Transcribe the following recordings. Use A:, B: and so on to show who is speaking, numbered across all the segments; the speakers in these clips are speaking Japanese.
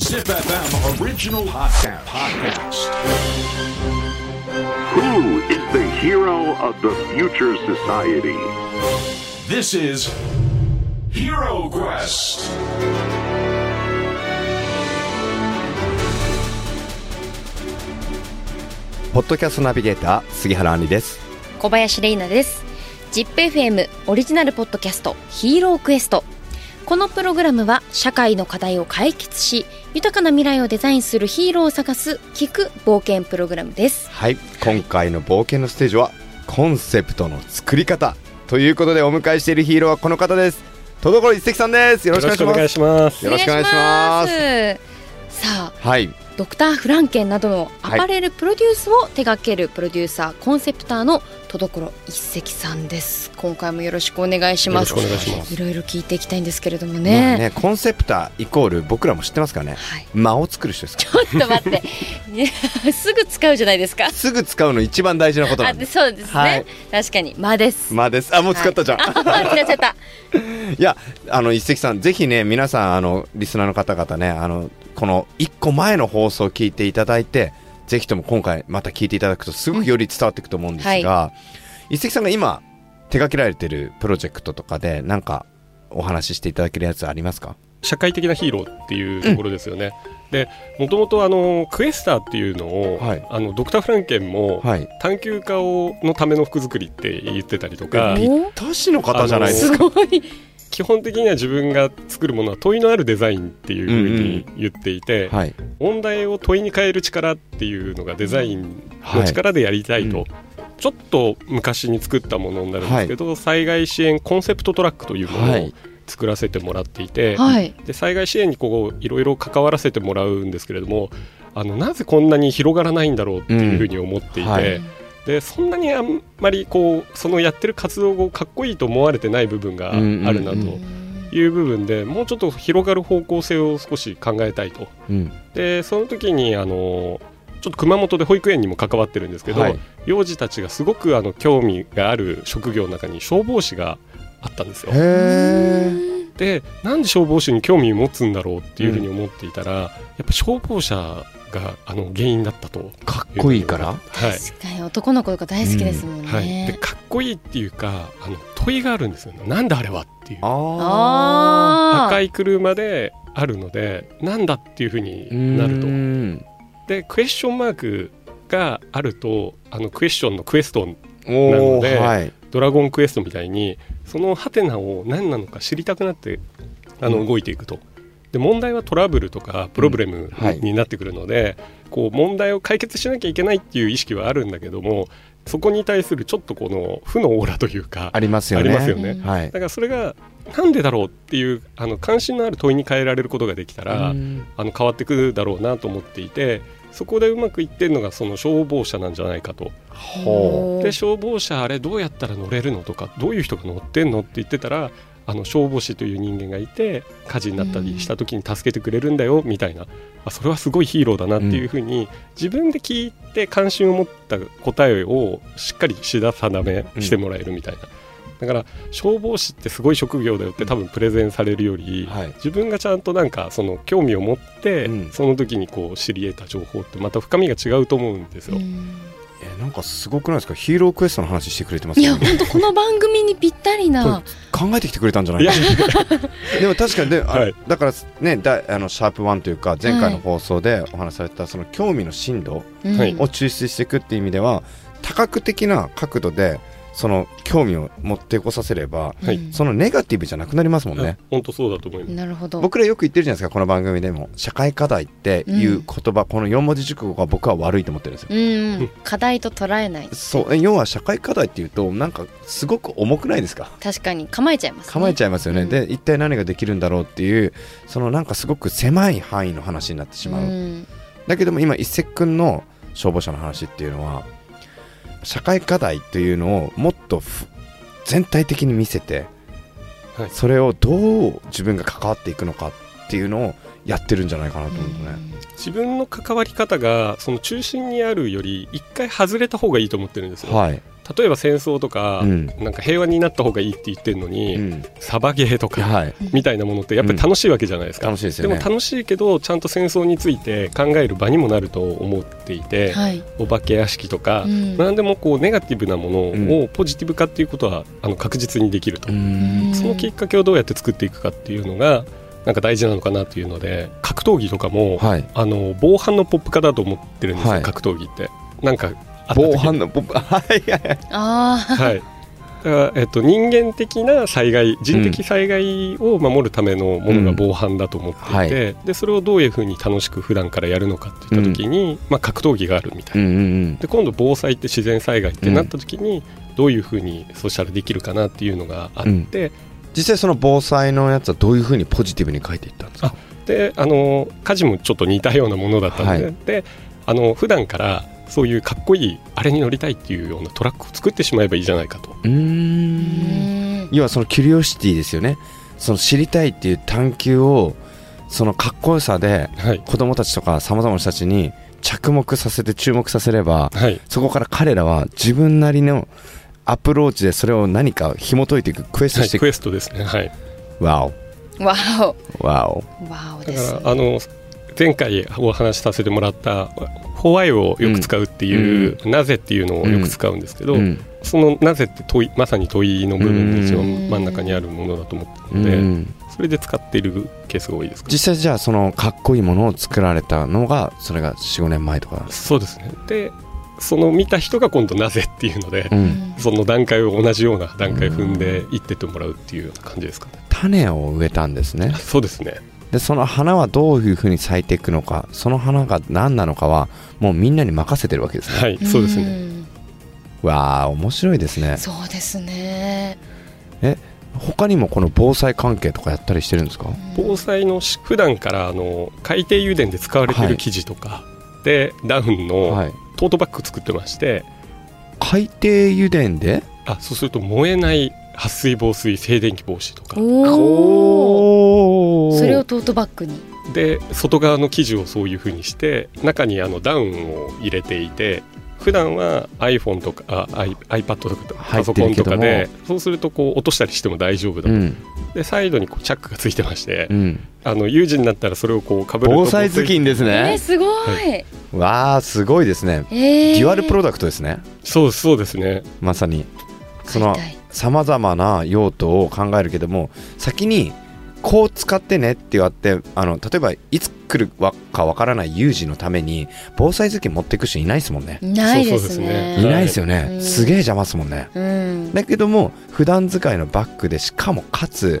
A: Zip FM original podcast. podcast.
B: Who is the hero of the future society?
A: This is Hero Quest.
C: ポッドキャストナビゲーター杉原杏里です。
D: 小林玲奈です。ZIPFM オリジナルポッドキャストヒーロークエスト。このプログラムは社会の課題を解決し、豊かな未来をデザインするヒーローを探す聞く冒険プログラムです。
C: はい、今回の冒険のステージはコンセプトの作り方ということでお迎えしているヒーローはこの方です。戸所一石さんです。よろしくお願いします。
E: します
C: よろしくお願いします
D: お願いします。さあ、
C: はい、
D: ドクター・フランケンなどのアパレルプロデュースを手掛けるプロデューサー、コンセプターの戸所一石さんです。今回もよろしくお願いします。
E: よろしくお願いします
D: いろいろ聞いていきたいんですけれども
C: まあ
D: ね。
C: ね、コンセプターイコール僕らも知ってますからね。
D: はい。
C: 間を作る人ですから。
D: ちょっと待って、 いやすぐ使うじゃないですか。
C: すぐ使うの一番大事なことな
D: あ
C: んです。
D: そうですね、
C: はい
D: 確かに間です。
C: 間です。あ、もう使ったじゃん。
D: はいあ間違っちゃった。
C: いや、あの、一石さん、ぜひね、皆さん、あの、リスナーの方々ね、あの、この一個前の放送を聞いていただいて、ぜひとも今回また聞いていただくと、すごくより伝わっていくと思うんですが、
D: うん
C: 一石さんが今、手掛けられてるプロジェクトとかで、なんか、お話ししていただけるやつありますか
E: 社会的なヒーローっていうところですよね、でもともとあのクエスターっていうのを、
C: はい
E: あのドクター・フランケンも、
C: はい。
E: 探求家をのための服作りって言ってたりとか
C: ぴったしの方じゃないです
D: す
C: か。
D: ごい。
E: 基本的には自分が作るものは問いのあるデザインっていうふうに言っていて、
C: はい。
E: 問題を問いに変える力っていうのがデザインの力でやりたいと、
C: はい
E: ちょっと昔に作ったものになるんですけど、災害支援コンセプトトラックというも
C: は
E: のを
C: い
E: 作らせてもらっていて、
D: はい。
E: で災害支援にこういろいろ関わらせてもらうんですけれどもあのなぜこんなに広がらないんだろうっていうふうに思って
C: う
E: いて、
C: んはい
E: でそんなにあんまりこうそのやってる活動をかっこいいと思われてない部分があるな
C: うん
E: という部分でもうちょっと広がる方向性を少し考えたいと。
C: うん。
E: でその時にあのちょっと熊本で保育園にも関わってるんですけど、
C: はい
E: 幼児たちがすごくあの興味がある職業の中に消防士があったんですよ
C: へ。ー。
E: でなんで消防士に興味持つんだろうっていうふうに思っていたら、やっぱ消防車があの原因だったと
C: かっこいいから
E: はい
D: 確かに男の子とか大好きですもんね。
E: はい、でかっこいいっていうかあの問いがあるんですよねなんであれはっていう
C: あ
D: ああ。
E: 赤
D: い。
E: い車であるのでなんだっていうふう
C: ー。
E: になる
C: う
E: と
C: ん
E: でクエスチョンマークがあるとあのクエスチョンのクエストン
C: おー
E: なので
C: はい。
E: ドラゴンクエストみたいにそのハテナを何なのか知りたくなってあ
C: う
E: の
C: ん
E: 動いていくと。で問題はトラブルとかプロブレム
C: うんはい
E: になってくるので、こう問題を解決しなきゃいけないっていう意識はあるんだけどもそこに対するちょっとこの負のオーラというか
C: ありますよね。
E: ありますよね
C: はい
E: だ。からそれがなんでだろうっていうあの関心のある問いに変えられることができたら、
C: うん
E: あの変わってくるだろうなと思っていてそこでうまくいってるのがその消防車なんじゃないかと
C: ほ
E: で消防車あれどうやったら乗れるのとかどういう人が乗ってんのって言ってたらあの消防士という人間がいて火事になったりした時に助けてくれるんだよみたいな、あそれはすごいヒーローだなっていうふうに、自分で聞いて関心を持った答えをしっかりしだ定めしてもらえるみたいな、だから消防士ってすごい職業だよって多分プレゼンされるより、
C: はい
E: 自分がちゃんとなんかその興味を持って、
C: うん
E: その時にこう知り得た情報ってまた深みが違うと思うんですよ。
C: えなんかすごくないですかヒーロークエストの話してくれてます
D: いや
C: よね
D: 本当この番組にぴったりな。
C: 考えてきてくれたんじゃないい
E: や
C: でも確かにで、あ
E: はい
C: だからねだあのシャープワンというか前回の
D: はい
C: 放送でお話しされたその興味の深度
D: うん
E: はい
C: を抽出していくっていう意味では多角的な角度でその興味を持ってこさせれば
E: はい
D: うん
C: そのネガティブじゃなくなりますもんね。
E: 本当そうだと思います。
D: なるほど。
C: 僕らよく言ってるじゃないですかこの番組でも社会課題っていう言葉、この4文字熟語が僕は悪いと思ってるんですよ
D: うんうん。課題と捉えない。
C: そうえ要は社会課題っていうとなんかすごく重くないですか
D: 確かに構えちゃいます、ね。
C: 構えち
D: ゃ
C: ゃいますよね、
D: うん
C: で一体何ができるんだろうっていうそのなんかすごく狭い範囲の話になってしまう、
D: ん、
C: だけども今一石君の消防車の話っていうのは社会課題というのをもっとふ全体的に見せて、
E: はい
C: それをどう自分が関わっていくのかっていうのをやってるんじゃないかなと思うとね、
E: 自分の関わり方がその中心にあるより一回外れた方がいいと思ってるんですよ、
C: はい
E: 例えば戦争とか、
C: うん
E: なんか平和になった方がいいって言ってるのに、
C: うん
E: サバゲーとか、
C: はい
E: みたいなものってやっぱり楽しいわけじゃないですか、
C: 楽しいですよね
E: も楽しいけどちゃんと戦争について考える場にもなると思っていて、
D: はい
E: お化け屋敷とか、
D: うん
E: 何でもこうネガティブなも
C: うん
E: のをポジティブ化っていうことはあの確実にできると、
D: うん
E: そのきっかけをどうやって作っていくかっていうのがなんか大事なのかなっていうので格闘技とかも、
C: はい
E: あの防犯のポップ化だと思ってるんですよ、
C: はい
E: 格闘技って。なんかあった時
C: 防
E: に
C: 犯の僕 はいはいはい
D: ああ
E: はい、だから、えっと、人間的な災害人的災害を守るためのものが防犯だと思っていて、
C: うんはい
E: でそれをどういうふうに楽しく普段からやるのかっていった時に、まあ、格闘技があるみたいうな、
C: んうん
E: で今度防災って自然災害ってなった時に、どういうふうにソーシャルできるかなっていうのがあって、
C: うん実際その防災のやつはどういうふうにポジティブに書いていったんですか
E: であの火事もちょっと似たようなものだったので,、
C: はい
E: であの普段からそういうかっこいいあれに乗りたいっていうようなトラックを作ってしまえばいいじゃないかと。
C: うーん要はそのキュリオシティですよねその知りたいっていう探求をそのかっこよさで
E: はい
C: 子供たちとかさまざまな人たちに着目させて注目させれば
E: はい
C: そこから彼らは自分なりのアプローチでそれを何か紐解いていくクエスト
E: は
C: して
E: い、
C: いく、
E: クエストですね、はい、
C: わお
D: わ
C: わお
D: おわお
E: だ
D: で
E: か
D: す
E: らあの前回お話しさせてもらった「ホワイ」をよく使うっていう「なぜ」っていうのをよく使うんですけど、
C: うん
E: その「なぜ」って問いまさに問いの部分で一番
D: うん
E: 真ん中にあるものだと思って
C: う
E: るので、
C: ん
E: それで使っているケースが多いですかね
C: 実際じゃあそのかっこいいものを作られたのがそれが45年前とか、
E: そうですねでその見た人が今度「なぜ」っていうので、
C: うん、
E: その段階を同じような段階踏んでいってってもらうっていうような感じですかね、
C: 種を植えたんですね
E: そうですね
C: でその花はどういうふうに咲いていくのかその花が何なのかはもうみんなに任せてるわけですね、
E: はいそうですね
D: ね
C: わあ面白いですね
D: そうですね
C: 他にもこの防災関係とかやったりしてるんですか
E: 防災のし普段からあの海底油田で使われて
C: はいい
E: る生地とか、でダウンの
C: はい
E: トートバッグ作ってまして、
C: 海底油田で
E: あそうすると燃えない撥水防水静電気防止とか
D: おお
C: おー
D: それをトートバッグに
E: で外側の生地をそういう風にして中にあのダウンを入れていて普段は iPhone とかあ i- iPad とか
C: 入
E: パ
C: って
E: ソ
C: るけど
E: コ
C: も
E: ンとかでそうするとこう落としたりしても大丈夫だ、
C: うん
E: でサイドにこうチャックがついてまして、
C: うん
E: あの有事になったらそれをこうかぶると
C: 防災頭巾です
D: え
C: ね
D: ー、すご
E: はい
C: わあすごいですね
D: え
C: デ
D: ー
C: ュアルプロダクトですね
E: そうそうですね
C: まさにその
D: 買いたい
C: さまざまな用途を考えるけども先にこう使ってねって言われてあの例えばいつ来るわかわからない有事のために防災頭巾持っていく人いないですもんね
D: ないです
E: そう
C: い
E: そう
D: ね
C: ないですよね、
D: うん
C: すげえ邪魔ですもんね
D: うん
C: だけども普段使いのバッグでしかもかつ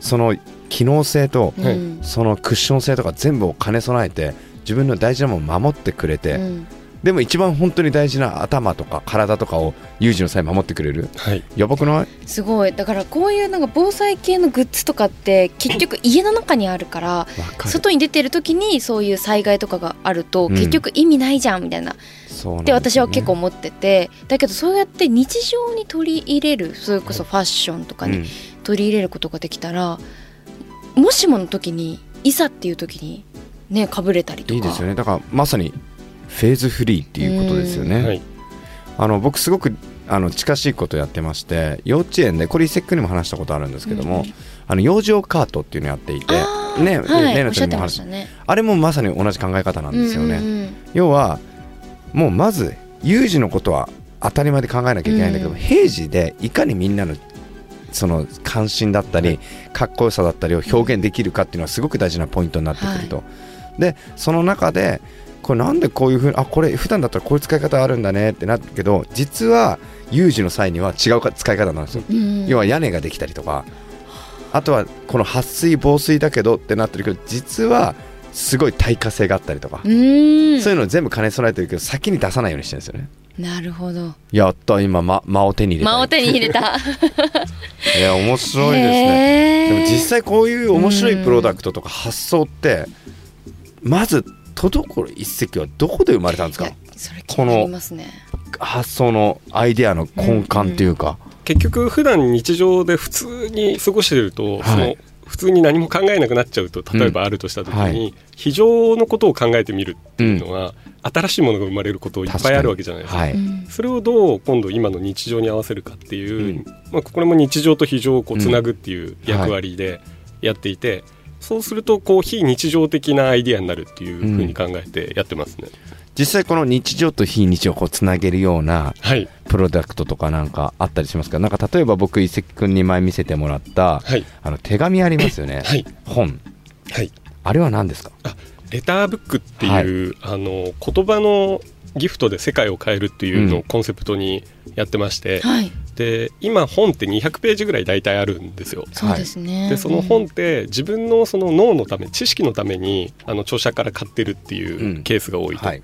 C: その機能性と
D: う
E: はい
D: ん
C: そのクッション性とか全部を兼ね備えて自分の大事なものを守ってくれて、
D: うん
C: でも一番本当に大事な頭とか体とかを有事の際守ってくれる
E: はい
C: やばくない
D: すごいだからこういうなんか防災系のグッズとかって結局家の中にあるから外に出てる時にそういう災害とかがあると
C: うん
D: 結局意味ないじゃんみたいな
C: そうなんです
D: って
C: よね
D: 私は結構思っててだけどそうやって日常に取り入れるそれこそファッションとか
C: う
D: に
C: ん
D: 取り入れることができたらもしもの時にいざっていう時にねかぶれたりとか
C: いいですよねだからまさにフェーズフリーっていうことですよね、
E: はい
C: あの僕すごくあの近しいことやってまして幼稚園でこれ一石君にも話したことあるんですけども、あの養生カートっていうのやっていて
D: あー
C: ね
D: はい
C: ね
D: おっしゃって
C: も
D: ま
C: 話
D: し
C: した
D: ね
C: あれもまさに同じ考え方なんですよね、
D: うんうんうん
C: 要はもうまず有事のことは当たり前で考えなきゃいけないんだけど、
D: うん
C: 平時でいかにみんなのその関心だったり、かっこよさだったりを表現できるかっていうのはすごく大事なポイントになってくると、でその中でこれなんでこういうふうにあこれ普段だったらこういう使い方あるんだねってなるけど実は有事の際には違うか使い方なんですよ、
D: うん
C: 要は屋根ができたりとかあとはこの撥水防水だけどってなってるけど実はすごい耐火性があったりとか
D: う、ーん
C: そういうのを全部兼ね備えてるけど先に出さないようにしてるんですよね
D: なるほど
C: やった今、ま、間を手に入れた
D: 間を手に入れ た
C: いや面白いですね
D: へ
C: で
D: ー
C: も実際こういう面白いプロダクトとか発想ってまず所一石はどこで生まれたんです
D: い
C: か
D: やそれ気になりますね
C: 発想のアイデアの根幹というか、
E: 結局普段日常で普通に過ごしてると、
C: い
E: その普通に何も考えなくなっちゃうと例えばあるとした時に、
C: うんはい
E: 非常のことを考えてみるっていうのは、新しいものが生まれることいっぱいあるわけじゃないですか。
C: はい。
E: それをどう今度今の日常に合わせるかってい
C: う
E: う、
C: ん
E: まあ、これも日常と非常をこうつなぐっていう役割でやっていて、そうするとこう非日常的なアイディアになるっていうふうに考えてやってますね。
C: 実際この日常と非日常をこうつなげるような
E: はい、
C: プロダクトとかなんかあったりしますかなんか例えば僕、伊関君に前見せてもらった、
E: はい
C: あの手紙ありますよね。
E: はい
C: 本。
E: はい
C: あれは何ですか
E: あレターブックっていう、あの言葉のギフトで世界を変えるっていうの
C: う
E: を
C: ん
E: コンセプトにやってまして、
D: はい
E: で今本って200ページぐらい大体あるんですよ。
D: そうですね、
E: でその本って自分のその脳のため知識のためにあの著者から買ってるってい
C: うん
E: うケースが多いと、
C: はい。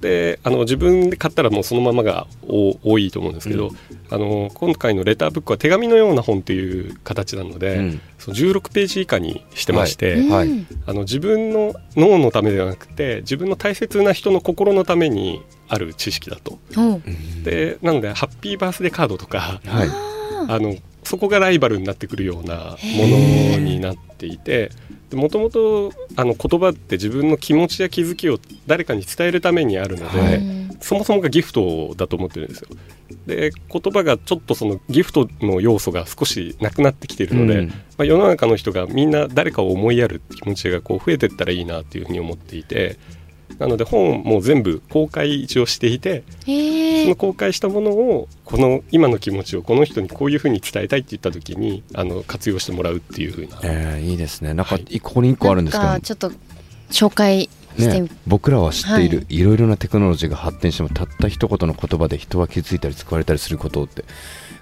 E: であの自分で買ったらもうそのままがお多いと思うんですけど、
C: う
E: あの今回のレターブックは手紙のような本っていう形なので、
C: うん
E: その16ページ以下にしてまして、
D: うん
C: はい
E: あの自分の脳のためではなくて自分の大切な人の心のためにある知識だと。
D: おう
E: でなのでハッピーバースデーカード とか
C: はい。
E: あのそこがライバルになってくるようなものになっていてもともと言葉って自分の気持ちや気づきを誰かに伝えるためにあるので、
C: はい
E: そもそもがギフトだと思ってるんですよ。で言葉がちょっとそのギフトの要素が少しなくなってきてるので、
C: うん
E: まあ、世の中の人がみんな誰かを思いやる気持ちがこう増えてったらいいなっていうふうに思っていてなので本も全部公開一応していて。
D: へ
E: その
D: え
E: 公開したものをこの今の気持ちをこの人にこういうふうに伝えたいって言った時にあの活用してもらうっていうふうな、
C: えー、いいですね。なんか、
E: はい
C: いここに一個あるんですけど
D: な。ちょっと紹介してみ
C: ね、僕らは知っている、、
D: はい
C: ろいろなテクノロジーが発展してもたった一言の言葉で人は気づいたり救われたりすることって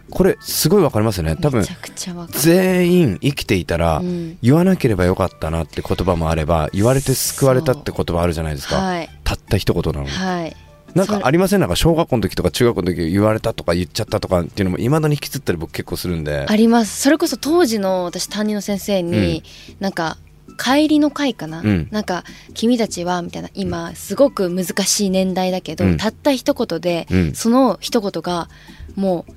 C: これすごいわかりますよね多分
D: めちゃくちゃわかる
C: 全員生きていたら、
D: うん
C: 言わなければよかったなって言葉もあれば言われて救われたって言葉あるじゃないですか、
D: はい
C: たった一言なのに、
D: はい
C: なんかありませんなんか小学校の時とか中学校の時言われたとか言っちゃったとかっていうのもいまだに引きずったり僕結構するんで
D: ありますそれこそ当時の私担任の先生に、なんか帰りの会か
C: う
D: な、
C: ん
D: なんか「君たちは」みたいな今すごく難しい年代だけど、
C: うん
D: たった一言で、
C: うん
D: その一言がもう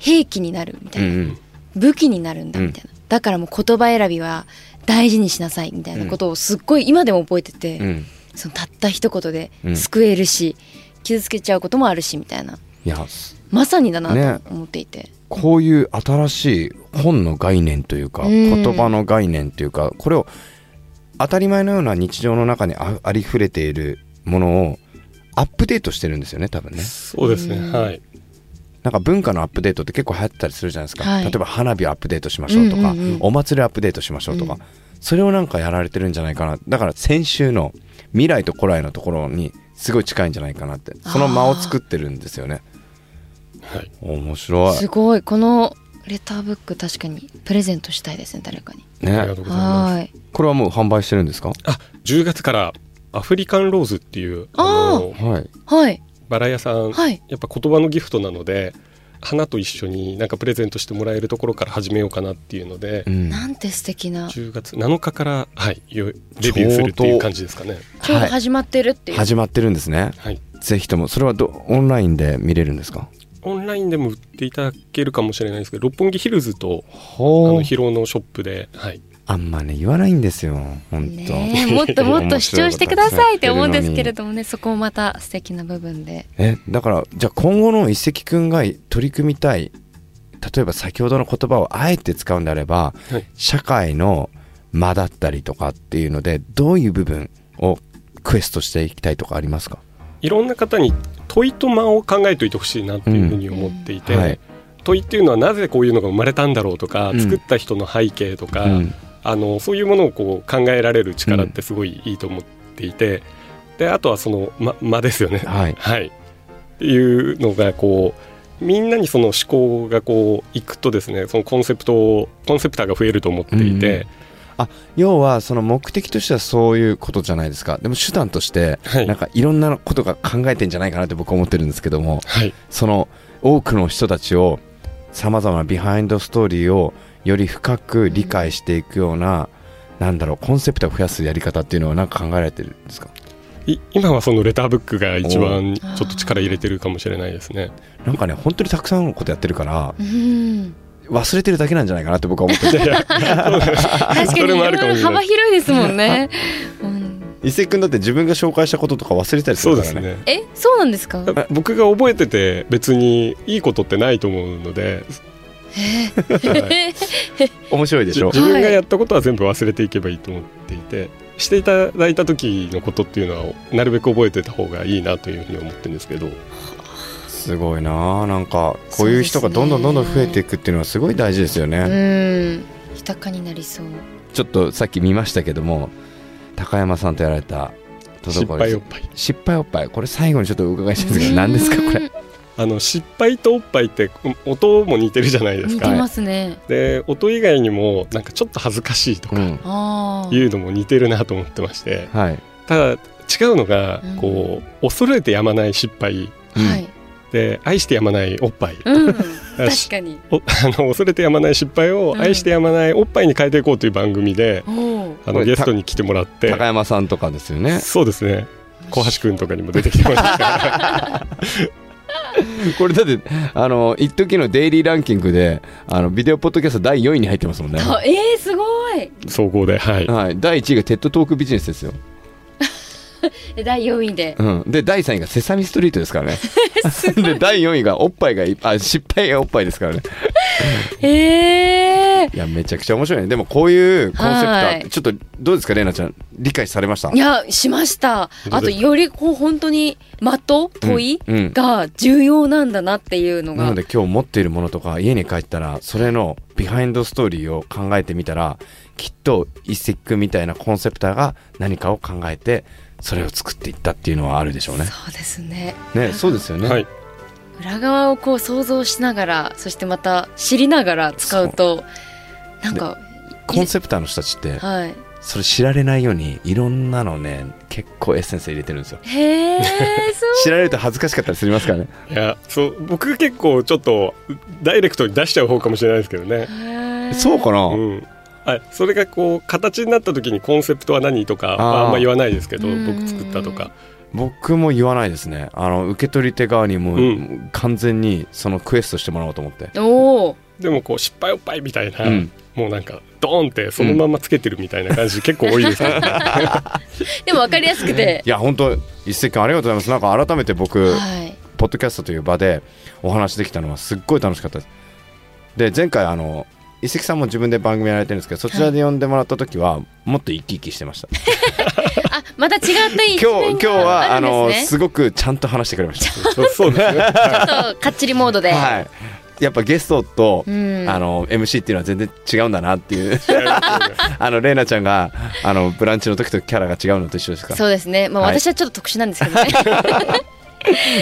D: 兵器になるみた
C: う
D: い
C: ん
D: な、
C: うん
D: 武器になるんだみたいな、だからもう言葉選びは大事にしなさいみたいなことをすっごい今でも覚えてて、
C: うん
D: そのたった一言で
C: うん
D: 救えるし、傷つけちゃうこともあるしみたいない
C: や
D: まさにだな
C: ね
D: と思っていて、
C: こういう新しい本の概念というか、
D: うん
C: 言葉の概念というかこれを当たり前のような日常の中にあありふれているものをアップデートしてるんですよね多分ね
E: そうですね、はい
C: なんか文化のアップデートって結構流行ってたりするじゃないですか、
D: はい
C: 例えば花火をアップデートしましょうとか、
D: うんうんうん
C: お祭りアップデートしましょうとか、
D: うん
C: それをなんかやられてるんじゃないかなだから先週の未来と古来のところにすごい近いんじゃないかなってその間を作ってるんですよね
E: はい、
C: 面白
D: すごいこのレターブック確かにプレゼントしたいですね誰かに
C: い
E: ありがと
C: ね
E: うございます
D: はい
C: これはもう販売してるんですか
E: あ10月からアフリカンローズっていうあの
C: はい
D: はい
E: バラ屋さん、
D: はい
E: やっぱ言葉のギフトなので花と一緒になんかプレゼントしてもらえるところから始めようかなっていうので、
C: うん
D: なんて素敵なち
E: 10月7日から、はい、よデビューするっていう感じですかね。
D: ょうど始まってるっていう、
C: 始まってるんですね
E: はい
C: ぜひともそれはどオンラインで見れるんですか
E: オンラインでも売っていただけるかもしれないですけど六本木ヒルズとあ
C: ほ
E: の疲労のショップで、はい、
C: あんまね言わないんですよ本当、
D: ねえもっともっと主張してくださいって思うんですけれどもねそこもまた素敵な部分で
C: えだからじゃあ今後の一石くんが取り組みたい例えば先ほどの言葉をあえて使うんであれば、
E: はい
C: 社会の間だったりとかっていうのでどういう部分をクエストしていきたいとかありますか
E: いろんな方に問いと間を考えておいてほしいなっていうふうに思っていて、
C: うんはい
E: 問いっていうのはなぜこういうのが生まれたんだろうとか、
C: うん
E: 作った人の背景とか、
C: うん
E: あのそういうものをこう考えられる力ってすごいいいと思っていて、であとはその間、間ですよね。
C: はい
E: はい、っていうのがこうみんなにその思考がこういくとですねそのコンセプトをコンセプターが増えると思っていて、
C: 要はその目的としてはそういうことじゃないですかでも手段として
E: はい
C: なんかいろんなことが考えてんじゃないかなって僕は思ってるんですけども
E: はい
C: その多くの人たちをさまざまなビハインドストーリーをより深く理解していくようななんだろうコンセプトを増やすやり方っていうのはなんか考えられてるんですか
E: い今はそのレターブックが一番ち
D: おー
E: ょっと力入れてるかもしれないですね。
C: なんかね本当にたくさんのことやってるから
D: うん
C: 忘れてるだけなんじゃないかなって僕は思 ってて
D: 確かに
E: そ
D: い
E: れも
D: ろ
E: あ
D: い
E: るか
D: ろ
E: もしれな
D: 幅
E: い
D: 広いですもん ね。うん、
C: 伊勢君だって自分が紹介したこととか忘れたりす
E: そう
C: る
E: で
C: から
E: す
C: ね
E: ね
D: えそうなんですか
E: 僕が覚えてて別にいいことってないと思うので
C: 面白いで
E: じ
C: しょ
E: 自分がやったことは全部忘れていけばいいと思っていて、していただいた時のことっていうのはなるべく覚えてた方がいいなというふうに思ってるんですけど
C: すごいなあなんかこういう人がどんどんどんどん増えていくっていうのはすごい大事ですよね
D: うん豊かになりそう。
C: ちょっとさっき見ましたけども高山さんとやられたと
E: 失
C: どこで
E: 敗
C: す
E: おっぱい
C: 失敗おっぱいこれ最後にちょっとお伺いしたいんですけど何ですかこれ
D: れ。
E: あの失敗とおっぱいってお音も似てるじゃないです
D: 似
E: か
D: てますね。
E: で音以外にもなんかちょっと恥ずかしいと
C: う
E: か
C: ん
D: ああ。
E: いうのも似てるなと思ってまして
C: はい
E: ただ違うのが
D: うん
E: こう恐れてやまない失敗
D: はい。
E: で愛してやまないおっぱい
D: うん。確
E: よし
D: かに。
E: お あの恐れてやまない失敗を
D: うん
E: 愛してやまないおっぱいに変えていこうという番組で、
D: おお。
E: あ
C: こ
E: の
C: れ
E: ゲストに来てもらって
C: 高山さんとかですよね
E: そうですね小橋くんとかにも出てきてもらって
C: これだってあの一時のデイリーランキングであのビデオポッドキャスト第4位に入ってますもんね
D: あえー、すごい。
E: 総合ではい
C: はい、第1位がテッドトークビジネスですよ、
D: で第4位で。
C: うん、で第3位がセサミストリート ですからねで第4位がおっぱいがいあ失敗がおっぱいですからね
D: ええ
C: いやめちゃくちゃ面白いねでもこういうコンセプトあっ
D: は
C: て
D: い
C: ちょっとどうですか玲奈ちゃん理解されました
D: いやしました。あ
E: 本当
D: と
E: ですか
D: よりこう本当に的問い
C: うんうん
D: が重要なんだなっていうの
C: な
D: が
C: ので今日持っているものとか家に帰ったらそれのビハインドストーリーを考えてみたらきっと一石君みたいなコンセプターが何かを考えてそれを作っていったっていうのはあるでしょうね。
D: そうですね
C: ねそうですよね。
E: はい
D: 裏側をこう想像しながらそしてまた知りながら使うとなんか
C: コンセプターの人たちって
D: はい
C: それ知られないようにいろんなのね結構エッセンス入れてるんですよ。
D: へ えそう
C: 知られると恥ずかしかったりしますからね。
E: いやそう僕結構ちょっとダイレクトに出しちゃう方かもしれないですけどね、
D: へー
C: そうかな、
E: うん、あそれがこう形になった時にコンセプトは何とか
C: あ
E: あ
C: ー
E: あんま言わないですけど
D: うん
E: 僕作ったとか
C: 僕も言わないですね。あの受け取り手側にも
E: う
C: う完全にそのクエストしてもらおうと思って。
D: おお
E: でもこう失敗おっぱいみたいな、
C: うん
E: もうなんかドーンってそのままつけてるみたいな感じ結構多いですけど、ね、
D: でも分かりやすくて
C: いや本当一石君ありがとうございます。なんか改めて僕、
D: はい
C: ポッドキャストという場でお話できたのはすっごい楽しかったです。で前回あの伊関さんも自分で番組やられてるんですけどそちらで呼んでもらった時はもっと生き生きしてま した、
D: あまた違った一
C: 今日
D: 面
C: 今日は
D: が
C: あ
D: あるん
C: の
D: ですね
C: すごくちゃんと話してくれまし
E: そうそうですね
D: ちょっとかっちりモードで
C: た、はい、やっぱゲストと、
D: うん
C: あの MC っていうのは全然違うんだなって いうあの玲奈ちゃんがあのブランチの時とキャラが違うのと一緒ですか
D: そうですねまあ
C: はい
D: 私はちょっと特殊なんですけどね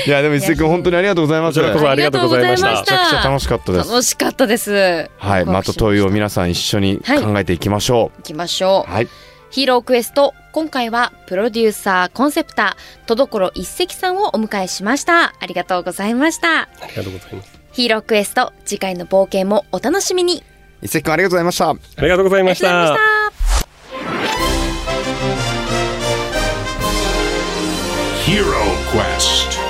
C: いやでも伊関君本当にありがとうございま
E: こ
C: す
E: ちらこ
C: め
E: そありがとうございまし
D: ありが
E: た
D: とうございまし
C: ちゃくちゃ楽しかったです
D: 楽しかったです
C: はいまた問いを皆さん一緒に考えていきましょ
D: いきましょ
C: う
D: う
C: はい
D: ヒーロークエスト今回はプロデューサーコンセプター戸所一石さんをお迎えしましたありがとうございました
E: ありがとうございます
D: ヒーロークエスト次回の冒険もお楽しみに
C: 伊関君ありがとうございました
E: ありがとうござい
D: あ
E: ま
D: りがとうござい
E: し
D: ましたた
A: Hero Quest.